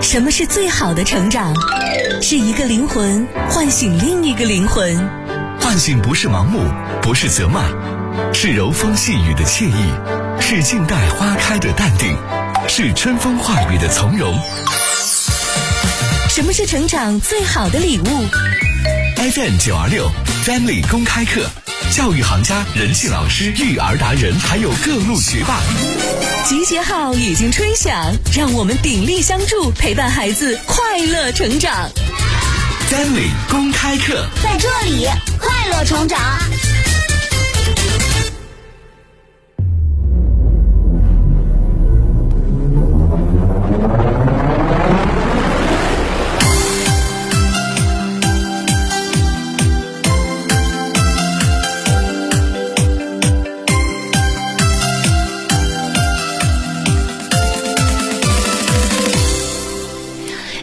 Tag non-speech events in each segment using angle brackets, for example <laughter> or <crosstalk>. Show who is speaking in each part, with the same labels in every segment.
Speaker 1: 什么是最好的成长？是一个灵魂唤醒另一个灵魂，
Speaker 2: 唤醒不是盲目，不是责骂，是柔风细雨的惬意，是静待花开的淡定，是春风化雨的从容。
Speaker 1: 什么是成长最好的礼物？
Speaker 2: FM 九二六 Family 公开课，教育行家、人性老师、育儿达人，还有各路学霸，
Speaker 1: 集结号已经吹响，让我们鼎力相助，陪伴孩子快乐成长。
Speaker 2: Family 公开课。
Speaker 3: 在这里快乐成长。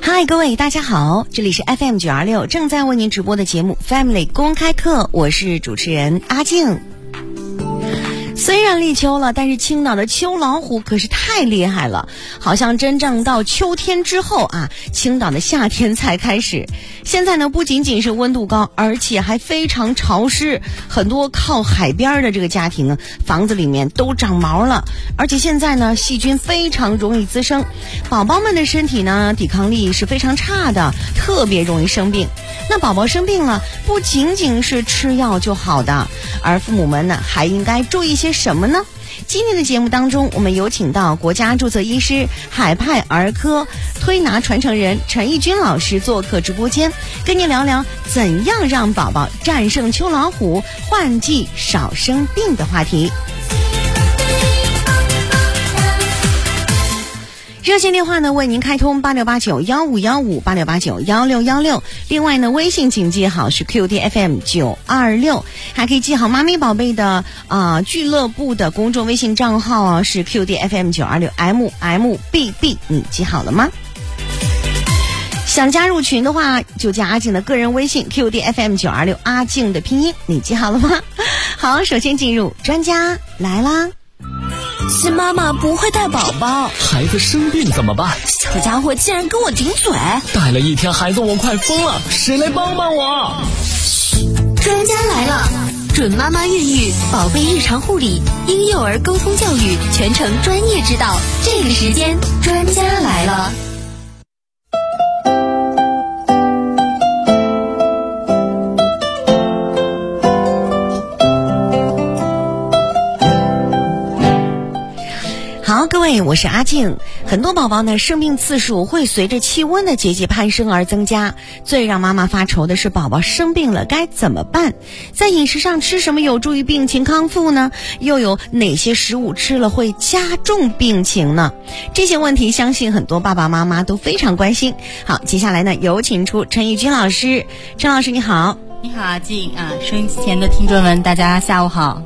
Speaker 4: 嗨，各位大家好，这里是 FM 九二六正在为您直播的节目《Family 公开课》，我是主持人阿静。虽然立秋了，但是青岛的秋老虎可是太厉害了，好像真正到秋天之后啊，青岛的夏天才开始。现在呢，不仅仅是温度高，而且还非常潮湿，很多靠海边的这个家庭啊，房子里面都长毛了。而且现在呢，细菌非常容易滋生， <laughs> 宝宝们的身体呢，抵抗力是非常差的，特别容易生病。那宝宝生病了，不仅仅是吃药就好的，而父母们呢，还应该注意些什么呢？今天的节目当中，我们有请到国家注册医师、海派儿科推拿传承人陈义军老师做客直播间，跟您聊聊怎样让宝宝战胜秋老虎、换季少生病的话题。热线电话呢为您开通八六八九幺五幺五八六八九幺六幺六，另外呢微信请记好是 QDFM 九二六，还可以记好妈咪宝贝的啊、呃俱乐部的公众微信账号啊是 QDFM 九二六 MMBB，你记好了吗？想加入群的话，就加阿静的个人微信 QDFM 九二六，阿静的拼音，你记好了吗？ <laughs> 好，首先进入专家来啦。
Speaker 3: 新妈妈不会带宝宝，
Speaker 5: 孩子生病怎么办？
Speaker 3: 小家伙竟然跟我顶嘴。
Speaker 5: 带了一天孩子，我快疯了，谁来帮帮我？
Speaker 3: 专家来了，准妈妈孕育、宝贝日常护理、婴幼儿沟通教育全程专业指导。这个时间，专家来了。
Speaker 4: 好，各位，我是阿静。很多宝宝呢，生病次数会随着气温的节节攀升而增加。最让妈妈发愁的是，宝宝生病了该怎么办？在饮食上吃什么有助于病情康复呢？又有哪些食物吃了会加重病情呢？这些问题，相信很多爸爸妈妈都非常关心。好，接下来呢，有请出陈义军老师。陈老师，你好。
Speaker 6: 你好，阿静啊，收音机前的听众们，大家下午好。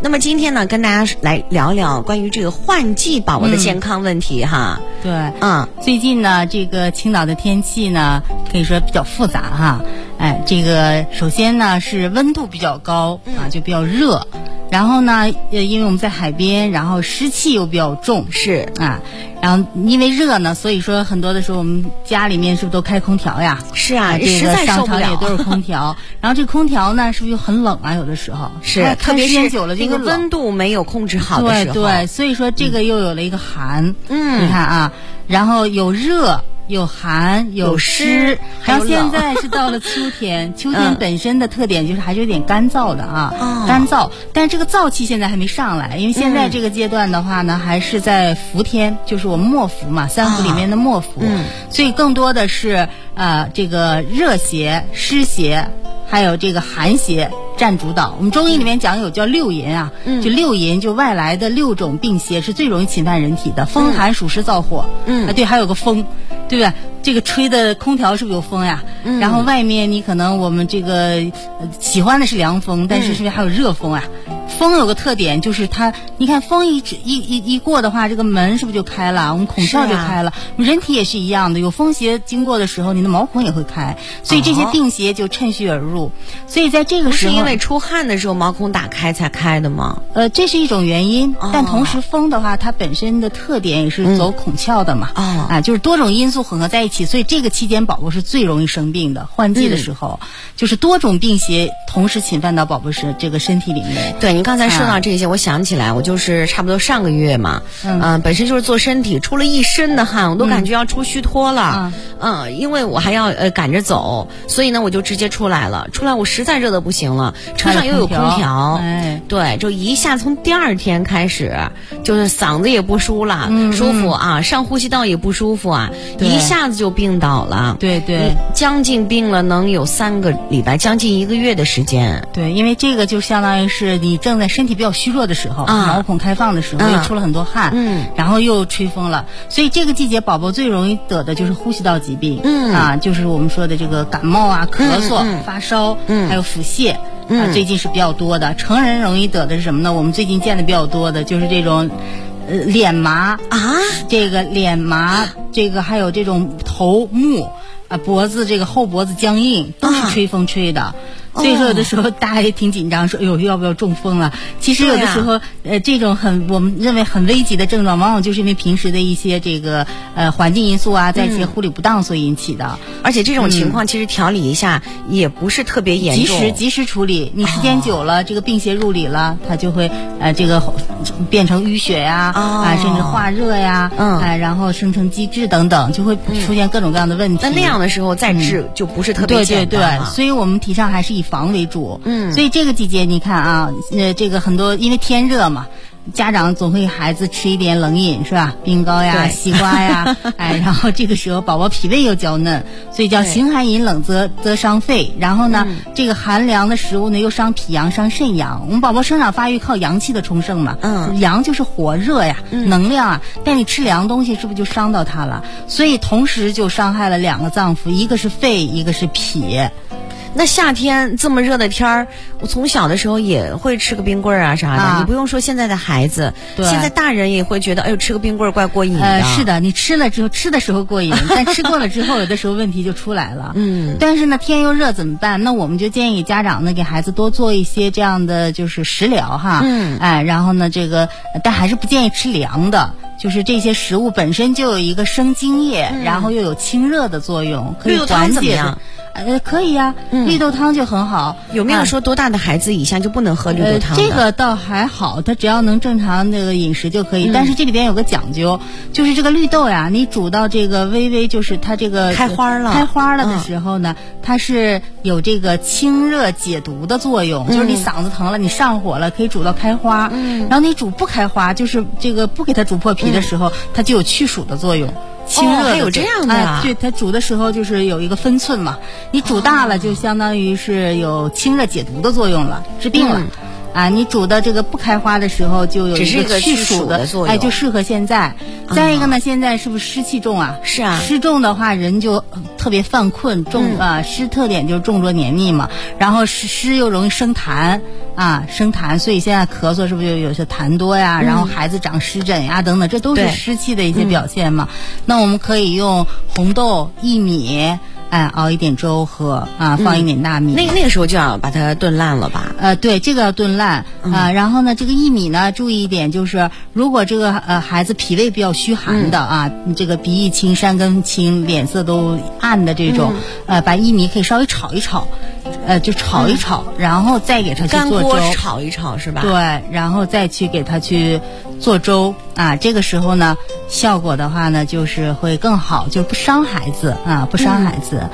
Speaker 4: 那么今天呢，跟大家来聊聊关于这个换季宝宝的健康问题哈。
Speaker 6: 对，
Speaker 4: 嗯，
Speaker 6: 最近呢，这个青岛的天气呢，可以说比较复杂哈。哎，这个首先呢是温度比较高
Speaker 4: 嗯
Speaker 6: 啊，就比较热。然后呢，呃，因为我们在海边，然后湿气又比较重
Speaker 4: 是
Speaker 6: 啊。然后因为热呢，所以说很多的时候我们家里面是不是都开空调呀？
Speaker 4: 是啊，
Speaker 6: 这
Speaker 4: 实
Speaker 6: 个
Speaker 4: 在受
Speaker 6: 商
Speaker 4: 不
Speaker 6: 场
Speaker 4: 了 <laughs>
Speaker 6: 也。都是空调，然后这空调呢，是不是又很冷啊？有的时候
Speaker 4: 是
Speaker 6: 它，
Speaker 4: 特别
Speaker 6: 它时
Speaker 4: 是
Speaker 6: 间久了就
Speaker 4: 那个
Speaker 6: 会冷
Speaker 4: 温度没有控制好的
Speaker 6: 对
Speaker 4: 时候，
Speaker 6: 对，所以说这个又有了一个寒，
Speaker 4: 嗯
Speaker 6: 你看啊，然后有热。有寒
Speaker 4: 有湿
Speaker 6: 湿，
Speaker 4: 还有嗯
Speaker 6: 然后现
Speaker 4: <laughs>
Speaker 6: 在是到了秋天，秋天本身的特点就是还是有点干燥的啊，
Speaker 4: 哦嗯
Speaker 6: 干燥。但是这个燥气现在还没上来，因为现在这个阶段的话呢，还是在伏天，就是我们末伏嘛，三伏里面的末伏，
Speaker 4: 嗯
Speaker 6: 所以更多的是呃这个热邪、湿邪，还有这个寒邪占主导。我们中医里面讲有叫六淫啊，
Speaker 4: 嗯
Speaker 6: 就六淫就外来的六种病邪是最容易侵犯人体的，风寒暑湿燥火，
Speaker 4: 嗯
Speaker 6: 啊对，还有个风，对吧？这个吹的空调是不是有风呀？
Speaker 4: 嗯
Speaker 6: 然后外面你可能我们这个呃喜欢的是凉风，但是是不是还有热风啊？风有个特点，就是它，你看风一直一一一过的话，这个门是不是就开了？我们孔窍
Speaker 4: 是
Speaker 6: 就
Speaker 4: 啊
Speaker 6: 开了。我们人体也是一样的，有风邪经过的时候，你的毛孔也会开，所以这些
Speaker 4: 哦
Speaker 6: 病邪就趁虚而入。所以在这个
Speaker 4: 不
Speaker 6: 时
Speaker 4: 是
Speaker 6: 候，
Speaker 4: 因为出汗的时候毛孔打开才开的吗？
Speaker 6: 呃，这是一种原因，
Speaker 4: 哦
Speaker 6: 但同时风的话，它本身的特点也
Speaker 4: 嗯
Speaker 6: 是走孔窍的嘛，
Speaker 4: 哦
Speaker 6: 啊，就是多种因素混合在一起，所以这个期间宝宝是最容易生病的。换季的时候，
Speaker 4: 嗯
Speaker 6: 就是多种病邪同时侵犯到宝宝身这个身体里面。
Speaker 4: 对您刚才说到
Speaker 6: 啊
Speaker 4: 这些，我想起来，我就是差不多上个月嘛，嗯、
Speaker 6: 嗯
Speaker 4: 本身就是做身体，出了一身的汗，我都感觉要出虚脱了
Speaker 6: 啊，
Speaker 4: 嗯、因为我还要呃赶着走，所以呢我就直接出来了。出来我实在热的不行了，车上又有空
Speaker 6: 开了
Speaker 4: 调，
Speaker 6: 空调哎
Speaker 4: 对，就一下从第二天开始，就是嗓子也不舒了，舒服啊，上呼吸道也不舒服啊，
Speaker 6: 嗯对
Speaker 4: 一下子就病倒了。
Speaker 6: 对对。
Speaker 4: 你将近病了能有三个礼拜，将近一个月的时间。
Speaker 6: 对，因为这个就相当于是你正在身体比较虚弱的时候，
Speaker 4: 啊
Speaker 6: 毛孔开放的时候，
Speaker 4: 嗯
Speaker 6: 又出了很多汗，
Speaker 4: 嗯，
Speaker 6: 然后又吹风了，所以这个季节宝宝最容易得的就是呼吸道疾病，
Speaker 4: 嗯
Speaker 6: 啊，就是我们说的这个感冒啊、咳嗽、
Speaker 4: 嗯嗯
Speaker 6: 发烧，
Speaker 4: 嗯
Speaker 6: 还有腹泻。
Speaker 4: 嗯
Speaker 6: 啊，最近是比较多的。成人容易得的是什么呢？我们最近见的比较多的就是这种，呃，脸麻
Speaker 4: 啊，
Speaker 6: 这个脸麻，这个还有这种头目啊，脖子这个后脖子僵硬，都是
Speaker 4: 啊哦
Speaker 6: 吹风吹的。所以说，有的时候大家也挺紧张，说：“哎呦，要不要中风了？”其实有
Speaker 4: 对
Speaker 6: 的
Speaker 4: 啊
Speaker 6: 时候，呃，这种很我们认为很危急的症状，往往就是因为平时的一些这个呃环境因素啊，在一
Speaker 4: 嗯
Speaker 6: 些护理不当所引起的。
Speaker 4: 而且这种情况其实调理一下也不是特别严
Speaker 6: 嗯及
Speaker 4: 重。哦
Speaker 6: 时及时处理，你时间久了，这个病邪入里了，它就会呃这个变成淤血呀、啊，
Speaker 4: 哦
Speaker 6: 甚至化热呀、
Speaker 4: 嗯
Speaker 6: 啊然后生成积滞等等，就会出现各种各样的问题。
Speaker 4: 那那样的时候再治就不是特别
Speaker 6: 嗯对对
Speaker 4: 简
Speaker 6: 对
Speaker 4: 单了。，
Speaker 6: 所以我们提倡还是以防为主。
Speaker 4: 嗯
Speaker 6: 所以这个季节你看啊，呃，这个很多因为天热嘛。家长总会给孩子吃一点冷饮是吧？冰糕呀、
Speaker 4: 对
Speaker 6: 西瓜呀， <laughs> 哎，然后这个时候宝宝脾胃又娇嫩，所以叫
Speaker 4: 对嗯
Speaker 6: 行寒饮冷则则伤肺。然后呢，这个寒凉的食物呢又伤脾阳、伤肾阳。我们宝宝生长发育靠阳气的充盛嘛，
Speaker 4: 嗯
Speaker 6: 阳就是火热呀，能量啊。但你吃凉东西是不是就伤到它了？所以同时就伤害了两个脏腑，一个是肺，一个是脾。
Speaker 4: 那夏天这么热的天儿，我从小的时候也会吃个冰棍儿啊啥的。
Speaker 6: 啊
Speaker 4: 你不用说现在的孩子，
Speaker 6: 对
Speaker 4: 现在大人也会觉得，哎呦，吃个冰棍儿怪过瘾的。
Speaker 6: 呃，是的，你吃了之后，吃的时候过瘾，但吃过了之后，有的时候问题就出来了。
Speaker 4: <laughs> 嗯，
Speaker 6: 但是呢，天又热怎么办？那我们就建议家长呢，给孩子多做一些这样的就是食疗哈。
Speaker 4: 嗯
Speaker 6: 哎，然后呢，这个但还是不建议吃凉的。就是这些食物本身就有一个生津液，然后又有清热的作用，可
Speaker 4: 嗯
Speaker 6: 以
Speaker 4: 绿豆汤
Speaker 6: 缓
Speaker 4: 怎么
Speaker 6: 解
Speaker 4: 样嗯
Speaker 6: 的。呃，可以呀、绿豆汤就很好。
Speaker 4: 有没有
Speaker 6: 啊
Speaker 4: 说多大的孩子以下就不能喝绿豆汤的？
Speaker 6: 呃。这个倒还好，它只要能正常那个饮食就可以。
Speaker 4: 嗯
Speaker 6: 但是这里边有个讲究，就是这个绿豆呀，你煮到这个微微就是它这个呃
Speaker 4: 开花儿了
Speaker 6: 开花了的
Speaker 4: 嗯
Speaker 6: 时候呢，它是有这个清热解毒的作用。就是
Speaker 4: 嗯
Speaker 6: 你嗓子疼了，你上火了，可以煮到开花。嗯，然后你煮不开花，就是这个不给它煮破皮的时候，它就有去暑的作用。清热的作
Speaker 4: 哦还
Speaker 6: 用、
Speaker 4: 有这样的啊
Speaker 6: 哎对它煮的时候就是有一个分寸嘛，你煮大了就相当于是有清热解毒的作用了，治病了。
Speaker 4: 嗯
Speaker 6: 啊，你煮的这个不开花的时候，就有
Speaker 4: 只是一个
Speaker 6: 去
Speaker 4: 去暑
Speaker 6: 暑
Speaker 4: 的作用嗯
Speaker 6: 哎，就适合现在。再一个呢，现在是不是湿气重啊？
Speaker 4: 是啊嗯
Speaker 6: 湿重的话，人就呃特别犯困，重、啊，湿特点就是重浊黏腻嘛。然后湿湿又容易生痰啊，生痰，所以现在咳嗽是不是就有些痰多呀？然后孩子长湿疹呀等等，这都是
Speaker 4: 嗯对嗯
Speaker 6: 湿气的一些表现嘛。那我们可以用红豆、薏米，哎，熬一点粥喝啊，放一点大米。
Speaker 4: 那那个时候就要把它炖烂了吧？
Speaker 6: 呃，对，这个要炖烂啊、
Speaker 4: 嗯
Speaker 6: 然后呢，这个薏米呢，注意一点就是，如果这个呃孩子脾胃比较虚寒
Speaker 4: 嗯
Speaker 6: 的啊，这个鼻翼青、山根青、脸色都暗的这
Speaker 4: 嗯
Speaker 6: 种，呃，把薏米可以稍微炒一炒，呃，就炒一炒，然后再给它去
Speaker 4: 嗯干
Speaker 6: 做
Speaker 4: 锅
Speaker 6: 粥。
Speaker 4: 炒一炒是吧？
Speaker 6: 对，然后再去给它去做粥啊，这个时候呢，效果的话呢，就是会更好，就不伤孩子啊，不伤孩子、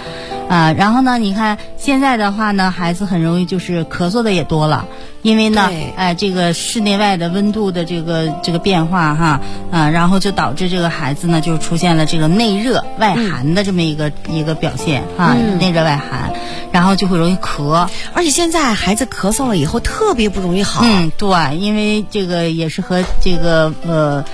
Speaker 6: 啊。然后呢，你看现在的话呢，孩子很容易就是咳嗽的也多了，因为呢
Speaker 4: 对，
Speaker 6: 哎、这个室内外的温度的这个这个变化哈啊，然后就导致这个孩子呢，就出现了这个内热外寒的这么一个、一个表现啊，
Speaker 4: 嗯
Speaker 6: 内热外寒，然后就会容易咳。
Speaker 4: 而且现在孩子咳嗽了啊
Speaker 6: 嗯
Speaker 4: 以后特别不容易好。
Speaker 6: 嗯，对，因为这个也是和这个呃。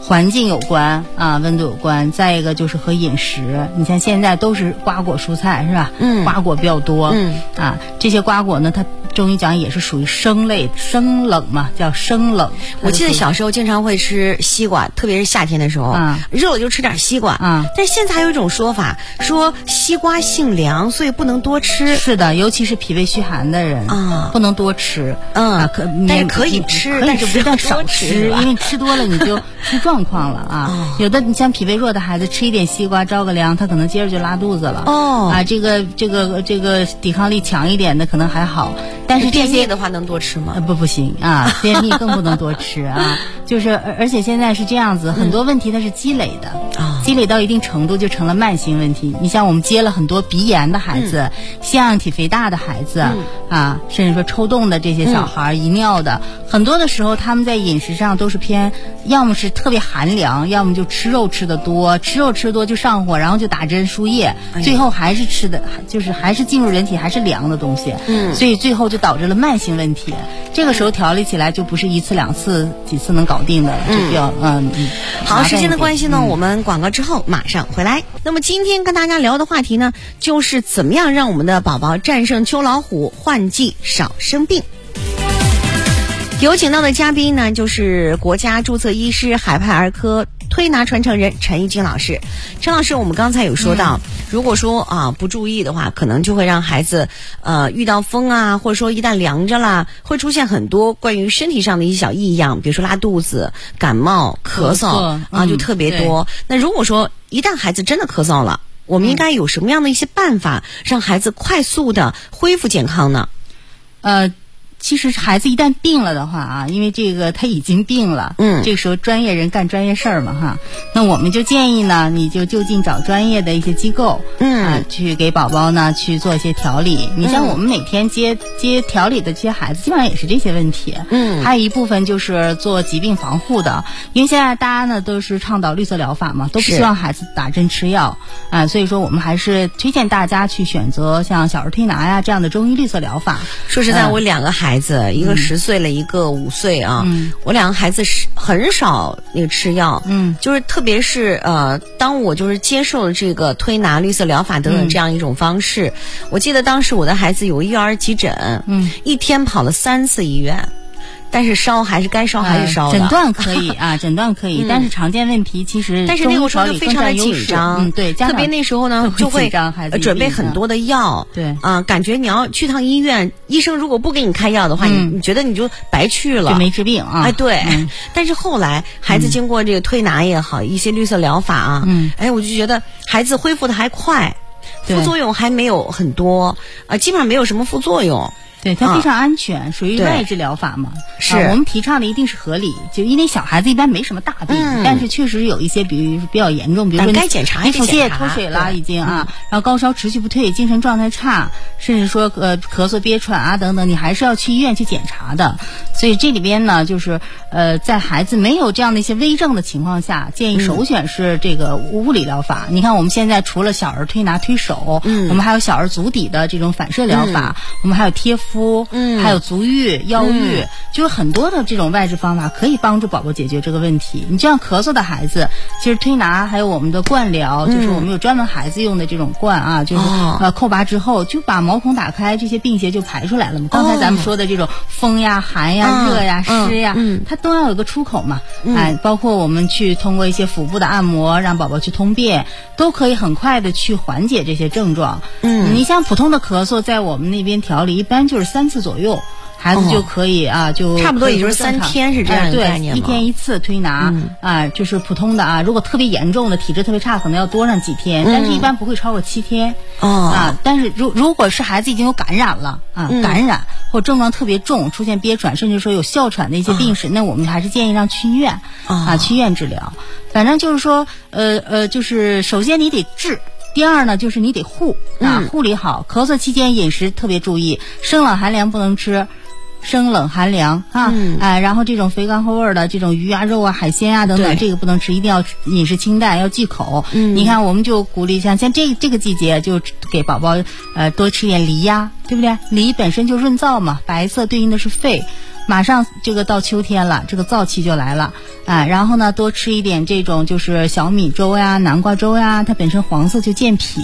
Speaker 6: 环境有关啊，温度有关，再一个就是和饮食。你像现在都是瓜果蔬菜是吧？
Speaker 4: 嗯
Speaker 6: 瓜果比较多。
Speaker 4: 嗯
Speaker 6: 啊，这些瓜果呢，它中医讲也是属于生类，生冷嘛，叫生冷。
Speaker 4: 我记得
Speaker 6: 它就属于
Speaker 4: 小时候经常会吃西瓜，特别是夏天的时候，
Speaker 6: 啊
Speaker 4: 热了就吃点西瓜。
Speaker 6: 啊
Speaker 4: 但是现在还有一种说法，说西瓜性凉，所以不能多吃。
Speaker 6: 是的，尤其是脾胃虚寒的人
Speaker 4: 啊
Speaker 6: 不能多吃。
Speaker 4: 嗯
Speaker 6: 啊，可
Speaker 4: 但是
Speaker 6: 免
Speaker 4: 可以吃
Speaker 6: 可以
Speaker 4: 但是不要
Speaker 6: 但
Speaker 4: 多
Speaker 6: 少
Speaker 4: 吃
Speaker 6: 吃，
Speaker 4: 是吧哦
Speaker 6: 因为吃多了你就
Speaker 4: <laughs>
Speaker 6: 出状况了啊。有的你像脾胃弱的孩子，吃一点西瓜着个凉，他可能接着就拉肚子了。
Speaker 4: 哦
Speaker 6: 啊，这个这个这个抵抗力强一点的可能还好，但是这
Speaker 4: 便秘
Speaker 6: 些
Speaker 4: 的话能多吃吗
Speaker 6: 呃，？不，不行啊，便秘更不能多吃啊。 <laughs> 就是，而而且现在是这样
Speaker 4: 嗯
Speaker 6: 子，很多问题它是积累的，
Speaker 4: 啊
Speaker 6: 积累到一定程度就成了慢性问题。你像我们接了很多鼻炎的孩
Speaker 4: 嗯
Speaker 6: 子、腺样体肥大的孩子、啊，甚至说抽动的这些
Speaker 4: 嗯
Speaker 6: 小孩儿、遗尿的，很多的时候他们在饮食上都是偏，要么是特别寒凉，要么就吃肉吃的多，吃肉吃得多就上火，然后就打针输液，
Speaker 4: 呀
Speaker 6: 最后还是吃的，就是还是进入人体还是凉的东西。
Speaker 4: 嗯
Speaker 6: 所以最后就导致了慢性问题。这个时候调理起来就不是一次两次几次能搞定的了，就比较嗯。嗯
Speaker 4: 好，时间的关系呢，
Speaker 6: 嗯
Speaker 4: 我们广告之后马上回来。那么今天跟大家聊的话题呢，就是怎么样让我们的宝宝战胜秋老虎，换季少生病。有请到的嘉宾呢，就是国家注册医师、海派儿科推拿传承人陈义军老师。陈老师，我们刚才有说到，如果说啊不注意的话，可能就会让孩子呃遇到风啊，或者说一旦凉着啦，会出现很多关于身体上的一些小异样，比如说拉肚子、感冒、咳
Speaker 6: 咳
Speaker 4: 嗽
Speaker 6: 嗽
Speaker 4: 啊，就
Speaker 6: 嗯
Speaker 4: 特别多。那如果说一旦孩子真的咳嗽了，我们应该有什么样的一些办法，让孩子快速的恢复健康呢？
Speaker 6: 呃，其实孩子一旦病了的话啊，因为这个他已经病了，
Speaker 4: 嗯
Speaker 6: 这个时候专业人干专业事儿嘛哈，那我们就建议呢，你就就近找专业的一些机构，
Speaker 4: 嗯
Speaker 6: 啊，去给宝宝呢去做一些调理。你像我们每天接接调理的这些孩子，基本上也是这些问题，
Speaker 4: 嗯
Speaker 6: 还有一部分就是做疾病防护的，因为现在大家呢都是倡导绿色疗法嘛，都不
Speaker 4: 是
Speaker 6: 希望孩子打针吃药啊、所以说我们还是推荐大家去选择像小儿推拿呀这样的中医绿色疗法。
Speaker 4: 说实在，
Speaker 6: 嗯
Speaker 4: 我两个孩子，一个十岁了，一个五岁啊。
Speaker 6: 嗯
Speaker 4: 我两个孩子是很少那个吃药，
Speaker 6: 嗯
Speaker 4: 就是特别是呃，当我就是接受了这个推拿、绿色疗法等等
Speaker 6: 嗯
Speaker 4: 这样一种方式，我记得当时我的孩子有幼儿急诊，
Speaker 6: 嗯，
Speaker 4: 一天跑了三次医院，但是烧还是该烧还是烧
Speaker 6: 呃
Speaker 4: 的。嗯
Speaker 6: 诊断可以
Speaker 4: <laughs>
Speaker 6: 啊，诊断可以，但是常见问题其实
Speaker 4: 但是
Speaker 6: 嗯中
Speaker 4: 那
Speaker 6: 医
Speaker 4: 个时候就
Speaker 6: 调理
Speaker 4: 非
Speaker 6: 更
Speaker 4: 常的
Speaker 6: 占优
Speaker 4: 紧
Speaker 6: 势
Speaker 4: 张，
Speaker 6: 嗯，对，家
Speaker 4: 特别
Speaker 6: 长
Speaker 4: 那时候呢
Speaker 6: 会
Speaker 4: 就会
Speaker 6: 紧张孩子
Speaker 4: 呃准备
Speaker 6: 一定
Speaker 4: 很
Speaker 6: 的
Speaker 4: 多的药，
Speaker 6: 对
Speaker 4: 啊、感觉你要去趟医院，医生如果不给你开药的话，
Speaker 6: 嗯
Speaker 4: 你你觉得你就白去了，
Speaker 6: 就没治病啊，
Speaker 4: 哎，对，
Speaker 6: 嗯
Speaker 4: 但是后来孩子经过这个推拿也好，一些绿色疗法啊，
Speaker 6: 嗯
Speaker 4: 哎，我就觉得孩子恢复的还快，
Speaker 6: 对
Speaker 4: 副作用还没有很多，啊，基本上没有什么副作用。
Speaker 6: 对，
Speaker 4: 啊
Speaker 6: 它非常安全，属于
Speaker 4: 对
Speaker 6: 外治疗法嘛。
Speaker 4: 是
Speaker 6: 啊我们提倡的一定是合理，就因为小孩子一般没什么大病，
Speaker 4: 嗯
Speaker 6: 但是确实有一些，比如比较严重，比如
Speaker 4: 但
Speaker 6: 说
Speaker 4: 该检查还
Speaker 6: 你
Speaker 4: 得
Speaker 6: 腹
Speaker 4: 检
Speaker 6: 泻、
Speaker 4: 查
Speaker 6: 脱水了
Speaker 4: 对嗯
Speaker 6: 已经啊，然后高烧持续不退，精神状态差，甚至说呃咳嗽、憋喘啊等等，你还是要去医院去检查的。所以这里边呢，就是呃，在孩子没有这样的一些危症的情况下，建议
Speaker 4: 嗯
Speaker 6: 首选是这个物理疗法。你看我们现在除了小儿推拿、推手，
Speaker 4: 嗯
Speaker 6: 我们还有小儿足底的这种反射疗法，我们还有贴敷，
Speaker 4: 嗯
Speaker 6: 还有足浴、腰浴，就是很多的这种外治方法可以帮助宝宝解决这个问题。你就像咳嗽的孩子，其实推拿还有我们的灌疗，就是我们有专门孩子用的这种灌啊，就是、
Speaker 4: 嗯哦
Speaker 6: 呃扣拔之后就把毛孔打开，这些病邪就排出来了嘛。刚才咱们说的这种风呀、寒呀、
Speaker 4: 哦嗯
Speaker 6: 热呀、
Speaker 4: 嗯
Speaker 6: 湿呀，
Speaker 4: 嗯
Speaker 6: 它都要有个出口嘛。哎，包括我们去通过一些腹部的按摩，让宝宝去通便，都可以很快的去缓解这些症状。
Speaker 4: 嗯
Speaker 6: 你像普通的咳嗽，在我们那边调理一般就是三次左右。孩子就可以啊，就
Speaker 4: 哦差不多也就是
Speaker 6: 恢复正常
Speaker 4: 三天是这样
Speaker 6: 哎
Speaker 4: 一个
Speaker 6: 对
Speaker 4: 概念吗
Speaker 6: 一天一次推拿
Speaker 4: 嗯
Speaker 6: 啊，就是普通的啊。如果特别严重的体质特别差，可能要多上几天，
Speaker 4: 嗯
Speaker 6: 但是一般不会超过七天。
Speaker 4: 哦
Speaker 6: 啊，但是如如果是孩子已经有感染了啊
Speaker 4: 嗯，
Speaker 6: 感染或症状特别重，出现憋喘，甚至说有哮喘的一些病
Speaker 4: 嗯
Speaker 6: 史，那我们还是建议让去医院
Speaker 4: 啊
Speaker 6: 啊，去医院治疗。反正就是说，呃呃，就是首先你得治。第二呢，就是你得护啊，
Speaker 4: 嗯
Speaker 6: 护理好。咳嗽期间饮食特别注意，生冷寒凉不能吃，生冷寒凉啊，
Speaker 4: 嗯
Speaker 6: 哎，然后这种肥甘厚味儿的这种鱼啊、肉啊、海鲜啊等
Speaker 4: 对
Speaker 6: 等，这个不能吃，一定要饮食清淡，要忌口。
Speaker 4: 嗯
Speaker 6: 你看，我们就鼓励像像这这个季节，就给宝宝呃多吃点梨呀、对不对？梨本身就润燥嘛，白色对应的是肺。马上这个到秋天了，这个燥气就来了，哎、然后呢，多吃一点这种就是小米粥呀、南瓜粥呀，它本身黄色就健脾，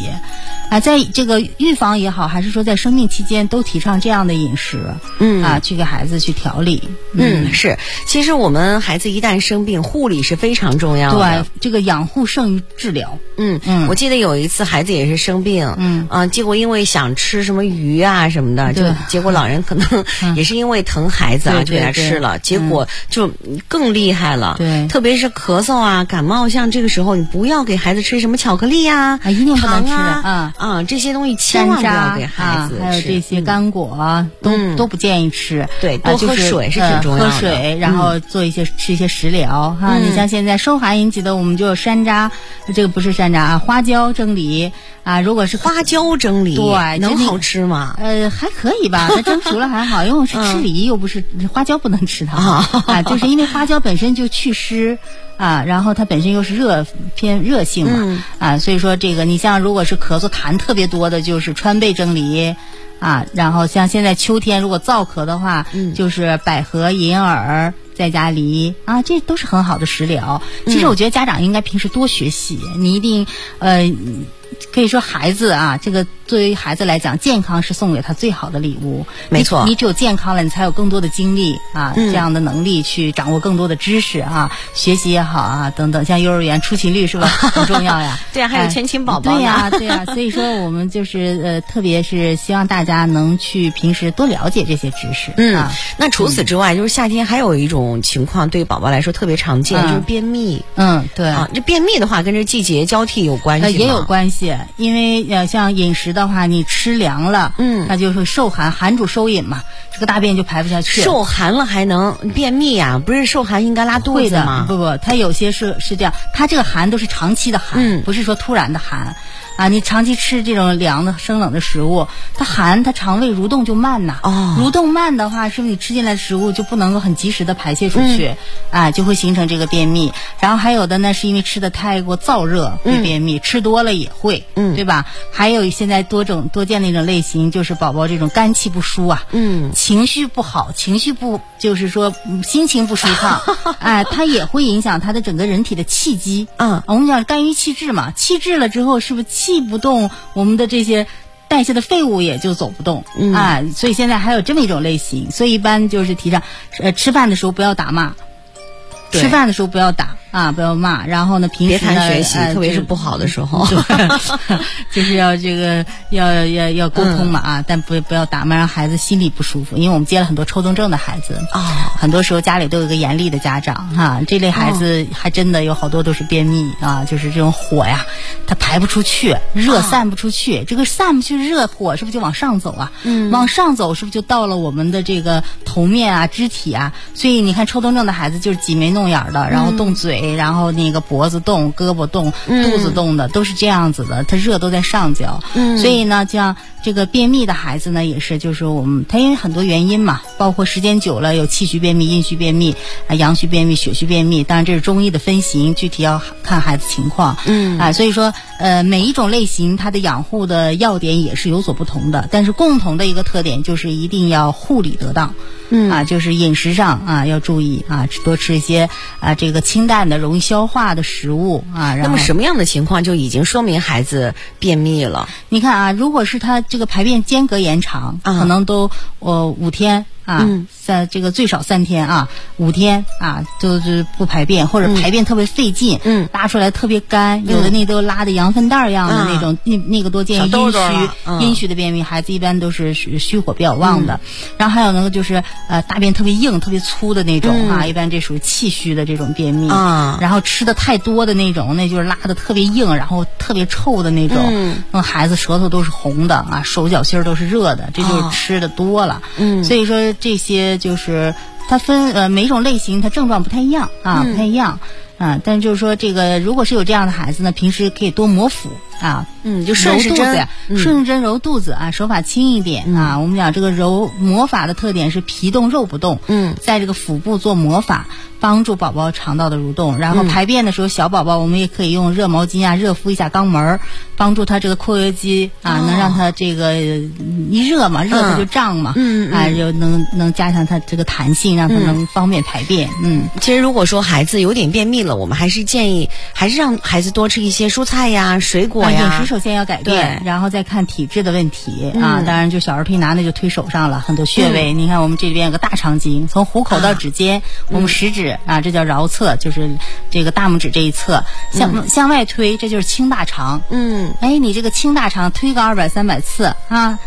Speaker 6: 啊、在这个预防也好，还是说在生病期间，都提倡这样的饮食，
Speaker 4: 嗯
Speaker 6: 啊，去给孩子去调理，
Speaker 4: 嗯，是，其实我们孩子一旦生病，护理是非常重要
Speaker 6: 对
Speaker 4: 的。，
Speaker 6: 这个养护胜于治疗，
Speaker 4: 嗯
Speaker 6: 嗯
Speaker 4: 我记得有一次孩子也是生病，
Speaker 6: 嗯
Speaker 4: 啊，结果因为想吃什么鱼啊什么的，就
Speaker 6: 对嗯
Speaker 4: 结果老人可能 <laughs> 也是因为疼孩子啊，
Speaker 6: 对
Speaker 4: 就给他
Speaker 6: 对对嗯
Speaker 4: 吃了，结果就更厉害了。
Speaker 6: 对
Speaker 4: 特别是咳嗽啊、感冒，像这个时候你不要给孩子吃什么巧克力呀、
Speaker 6: 啊一定不
Speaker 4: 糖
Speaker 6: 能吃嗯
Speaker 4: 啊啊这些东西千万
Speaker 6: 山
Speaker 4: 不
Speaker 6: 楂
Speaker 4: 要给孩
Speaker 6: 啊
Speaker 4: 子吃。，
Speaker 6: 还有这些干果啊，
Speaker 4: 嗯
Speaker 6: 都都不建议吃。
Speaker 4: 对
Speaker 6: 啊
Speaker 4: 多喝
Speaker 6: 就是
Speaker 4: 水是
Speaker 6: 呃
Speaker 4: 挺重要的
Speaker 6: 喝水，然后做一些吃一些食疗哈。
Speaker 4: 嗯
Speaker 6: 你像现在受寒引起的，我们就有山楂，这个不是山楂啊，花椒蒸梨啊，如果是
Speaker 4: 花。椒蒸梨，
Speaker 6: 对
Speaker 4: 能
Speaker 6: 就那
Speaker 4: 好
Speaker 6: 个
Speaker 4: 吃吗？
Speaker 6: 呃，还可以吧，它蒸熟了还好，因为我是吃梨，又不是花椒不能吃它
Speaker 4: 啊
Speaker 6: 啊，就是因为花椒本身就祛湿啊，然后它本身又是热偏热性嘛啊，所以说这个你像如果是咳嗽痰特别多的，就是川贝蒸梨啊，然后像现在秋天如果燥咳的话，
Speaker 4: 嗯
Speaker 6: 就是百合、银耳。再加梨啊，这都是很好的食疗。其
Speaker 4: 嗯
Speaker 6: 实我觉得家长应该平时多学习，你一定呃可以说孩子啊，这个对于孩子来讲，健康是送给他最好的礼物。
Speaker 4: 没错嗯
Speaker 6: 你你只有健康了，你才有更多的精力啊，这样的能力去掌握更多的知识啊，学习也好啊，等等。像幼儿园出勤率
Speaker 4: <laughs>
Speaker 6: 是吧，很重要呀。
Speaker 4: 对啊还有全勤宝宝呢
Speaker 6: 哎
Speaker 4: <laughs>
Speaker 6: 对呀、对呀、所以说我们就是呃，特别是希望大家能去平时多了解这些知识。
Speaker 4: 嗯
Speaker 6: 啊、，
Speaker 4: 那除此之外，就是夏天还有一种情况对于宝宝来说特别常见，
Speaker 6: 嗯
Speaker 4: 就是便秘
Speaker 6: 嗯，对。
Speaker 4: 啊。这便秘的话，跟这季节交替有关系啊
Speaker 6: 呃，
Speaker 4: 吗
Speaker 6: 也有。关系，因为呃，像饮食的话，你吃凉了，
Speaker 4: 嗯
Speaker 6: 那就会受寒，寒主收引嘛，这个大便就排不下去。
Speaker 4: 受寒了还能便秘呀、不是受寒应该拉肚
Speaker 6: 会
Speaker 4: 子
Speaker 6: 的
Speaker 4: 吗，？
Speaker 6: 不不，它有些是是这样，它这个寒都是长期的寒，
Speaker 4: 嗯
Speaker 6: 不是说突然的寒。啊，你长期吃这种凉的、生冷的食物，它寒，它肠胃蠕动就慢呐。
Speaker 4: 哦
Speaker 6: 蠕动慢的话，是不是你吃进来的食物就不能够很及时的排泄出去？啊，就会形成这个便秘。然后还有的呢，是因为吃的太过燥热会便秘，吃多了也会，
Speaker 4: 嗯
Speaker 6: 对吧？还有现在多种多见的一种类型，就是宝宝这种肝气不舒啊，
Speaker 4: 嗯，
Speaker 6: 情绪不好，情绪不就是说嗯心情不舒
Speaker 4: <laughs>
Speaker 6: 畅，哎，它也会影响他的整个人体的气机。
Speaker 4: 嗯
Speaker 6: 啊我们讲肝郁气滞嘛，气滞了之后，是不是气不动，我们的这些代谢的废物也就走不动？嗯啊，所以现在还有这么一种类型，所以一般就是提倡，呃，吃饭的时候不要打骂。
Speaker 4: 对
Speaker 6: 吃饭的时候不要打啊，不要骂。然后呢，平
Speaker 4: 别
Speaker 6: 时呢，
Speaker 4: 谈学习，
Speaker 6: 呃
Speaker 4: 特别是
Speaker 6: 就 <laughs> 嗯
Speaker 4: 不好的 <laughs> 时候。
Speaker 6: 就是要这个要要要沟通嘛啊，但不不要打骂，让孩子心里不舒服。因为我们接了很多抽动症的孩子，
Speaker 4: 哦
Speaker 6: 很多时候家里都有个严厉的家长哈、这类孩子还真的有好多都是便秘啊，就是这种火呀，它排不出去，热散不出去，这个散不去热火是不是就往上走啊？嗯，往上走是不是就到了我们的这个头面啊、肢体啊？所以你看抽动症的孩子就是挤眉弄眼儿的，然后动嘴，然后那个脖子动、胳膊动、肚子动的，都是这样子的，它热都在上焦。嗯，所以呢，像这个便秘的孩子呢，也是就是我们他因为很多原因嘛，包括时间久了有气虚便秘、阴虚便秘、啊阳虚便秘、血虚便秘，当然这是中医的分型，具体要看孩子情况。嗯啊，所以说呃每一种类型它的养护的要点也是有所不同的，但是共同的一个特点就是一定要护理得当。嗯啊，就是饮食上啊要注意啊，吃多吃一些啊这个清淡的、容易消化的食物啊。然
Speaker 4: 那
Speaker 6: 后
Speaker 4: 么什么样的情况就已经说明孩子便秘了？
Speaker 6: 你看啊，如果是他这个排便间隔延长，
Speaker 4: 啊嗯
Speaker 6: 可能都呃五天啊，三这个最少三天啊，五天啊，就是不排便或者排便特别费劲，
Speaker 4: 嗯
Speaker 6: 拉出来特别干，有的那都拉的羊粪蛋儿一样的
Speaker 4: 啊
Speaker 6: 那种，那那个多见
Speaker 4: 小
Speaker 6: 于
Speaker 4: 痘痘
Speaker 6: 阴虚
Speaker 4: 了嗯
Speaker 6: 阴虚的便秘，孩子一般都是虚虚火比较旺的。然后还有那个就是呃大便特别硬、特别粗的那种啊，一般这属于气虚的这种便秘
Speaker 4: 嗯啊
Speaker 6: 然后吃的太多的那种，那就是拉的特别硬，然后特别臭的那种，
Speaker 4: 嗯
Speaker 6: 那孩子舌头都是红的啊，手脚心儿都是热的，这就是吃的多了。
Speaker 4: 啊嗯
Speaker 6: 所以说这些就是它分呃每种类型它症状不太一
Speaker 4: 嗯
Speaker 6: 样啊，不太一样。啊，但就是说，这个如果是有这样的孩子呢，平时可以多磨腹啊，
Speaker 4: 嗯，就
Speaker 6: 揉
Speaker 4: 顺时
Speaker 6: 肚子
Speaker 4: 针嗯
Speaker 6: 呀，，顺时针揉肚子啊，手法轻一点、啊。我们讲这个揉魔法的特点是皮动肉不动，
Speaker 4: 嗯，
Speaker 6: 在这个腹部做魔法，帮助宝宝肠道的蠕动。然
Speaker 4: 嗯
Speaker 6: 后排便的时候，小宝宝我们也可以用热毛巾啊热敷一下肛门儿，帮助他这个括约肌啊，
Speaker 4: 哦
Speaker 6: 能让他这个嗯一热嘛，热它就胀嘛，
Speaker 4: 嗯嗯嗯
Speaker 6: 啊，又能能加强他这个弹性，让他能方便排便，嗯
Speaker 4: 其实如果说孩子有点便秘了，我们还是建议还是让孩子多吃一些蔬菜呀、水果
Speaker 6: 啊饮
Speaker 4: 呀
Speaker 6: 食。首先要改变，
Speaker 4: 对嗯
Speaker 6: 然后再看体质的问题、啊。当然，就小儿推拿那就推手上了，很多穴位。你看我们这边有个大肠经，从虎口到指尖，
Speaker 4: 嗯
Speaker 6: 我们食指啊，这叫桡侧，就是这个大拇指这一侧，向、向外推，这就是清大肠。
Speaker 4: 嗯，
Speaker 6: 哎，你这个清大肠推个二百三百次啊，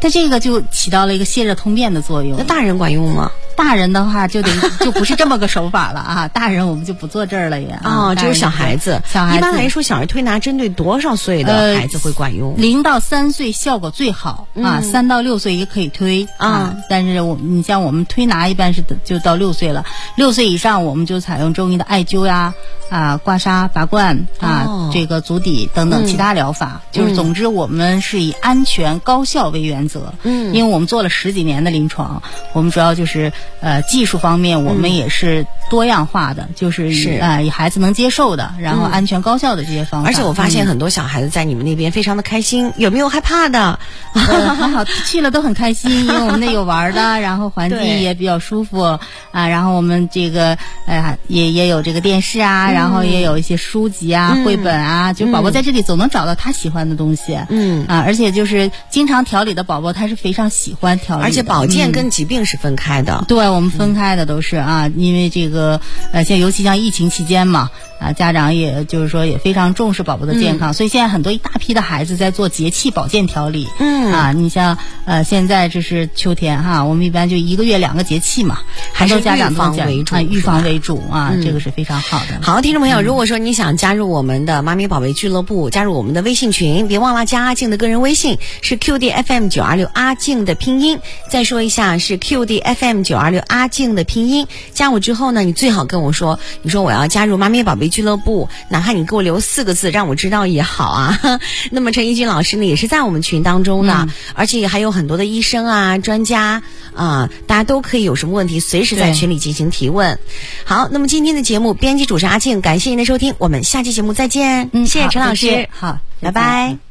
Speaker 6: 它这个就起到了一个泻热通便的作用
Speaker 4: 那。大人管用吗？
Speaker 6: 大人的
Speaker 4: <laughs>
Speaker 6: 话就得就不是这么个手法了啊，大人我们就不坐这儿了也啊，
Speaker 4: 哦，
Speaker 6: 大
Speaker 4: 只有
Speaker 6: 人
Speaker 4: 小
Speaker 6: 就不
Speaker 4: 孩子。
Speaker 6: 小孩子
Speaker 4: 一般来说，小儿推拿针对多少岁的
Speaker 6: 呃
Speaker 4: 孩子会管用？
Speaker 6: 零到三岁效果最好、啊，三到六岁也可以推
Speaker 4: 嗯啊
Speaker 6: 但是我你像我们推拿一般是就到六岁了，六岁以上我们就采用中医的艾灸呀、啊刮痧、拔罐啊、
Speaker 4: 哦嗯
Speaker 6: 这个足底等等其他疗法，就是总之我们是以安全高效为原则。嗯，因为我们做了十几年的临床，我们主要就是呃技术方面我们也是多样化的，就是以
Speaker 4: 嗯是嗯
Speaker 6: 啊、以孩子能接受的，然后安全高效的这些方法。
Speaker 4: 而且我发
Speaker 6: 嗯
Speaker 4: 现很多小孩子在你们那边非常的开心，有没有害怕的？
Speaker 6: 呃，还好去了都很开心，因为我们那有玩儿的，然后环境
Speaker 4: 对
Speaker 6: 也比较舒服啊，然后我们这个呃也也有这个电视
Speaker 4: 嗯
Speaker 6: 啊，然后也有一些书籍啊、绘本啊，就宝宝在这里总能找到他喜欢的东西，
Speaker 4: 嗯
Speaker 6: 啊，而且就是经常调理的宝宝，他是非常喜欢调理的，
Speaker 4: 而且保健
Speaker 6: 嗯
Speaker 4: 跟疾病是分开的。
Speaker 6: 对，我们分开的都是啊，因为这个呃，现在尤其像疫情期间嘛，啊，家长也就是说也非常重视宝宝的健
Speaker 4: 嗯
Speaker 6: 康，所以现在很多一大批的孩子在做节气保健调理。
Speaker 4: 嗯
Speaker 6: 啊，你像呃，现在这是秋天哈、我们一般就一个月两个节气嘛，
Speaker 4: 还
Speaker 6: 很
Speaker 4: 是
Speaker 6: 多家长都
Speaker 4: 预防
Speaker 6: 讲
Speaker 4: 为主
Speaker 6: 啊，预
Speaker 4: 是吧嗯
Speaker 6: 防为主啊，这个是非常好的。
Speaker 4: 好，听众朋友，如果说你想加入我们的妈咪宝贝俱乐部，加入我们的微信群，别忘了加阿静的个人微信是 QDFM 九二六阿静的拼音。再说一下是 QDFM 九二六阿静的拼音。加我之后呢，你最好跟我说，你说我要加入妈咪宝贝俱乐部，哪怕你给我留四个字让我知道也好啊。 <laughs> 那么陈一军老师呢，也是在我们群当中的，而且还有很多的医生啊、专家啊、大家都可以有什么问题随时在
Speaker 6: 对
Speaker 4: 群里进行提问。好，那么今天的节目编辑主持阿静，感谢您的收听，我们下期节目再见。
Speaker 6: 嗯，
Speaker 4: 谢谢
Speaker 6: 好
Speaker 4: 陈老
Speaker 6: 再见
Speaker 4: 师，
Speaker 6: 好，
Speaker 4: 拜
Speaker 6: 再见
Speaker 4: 拜。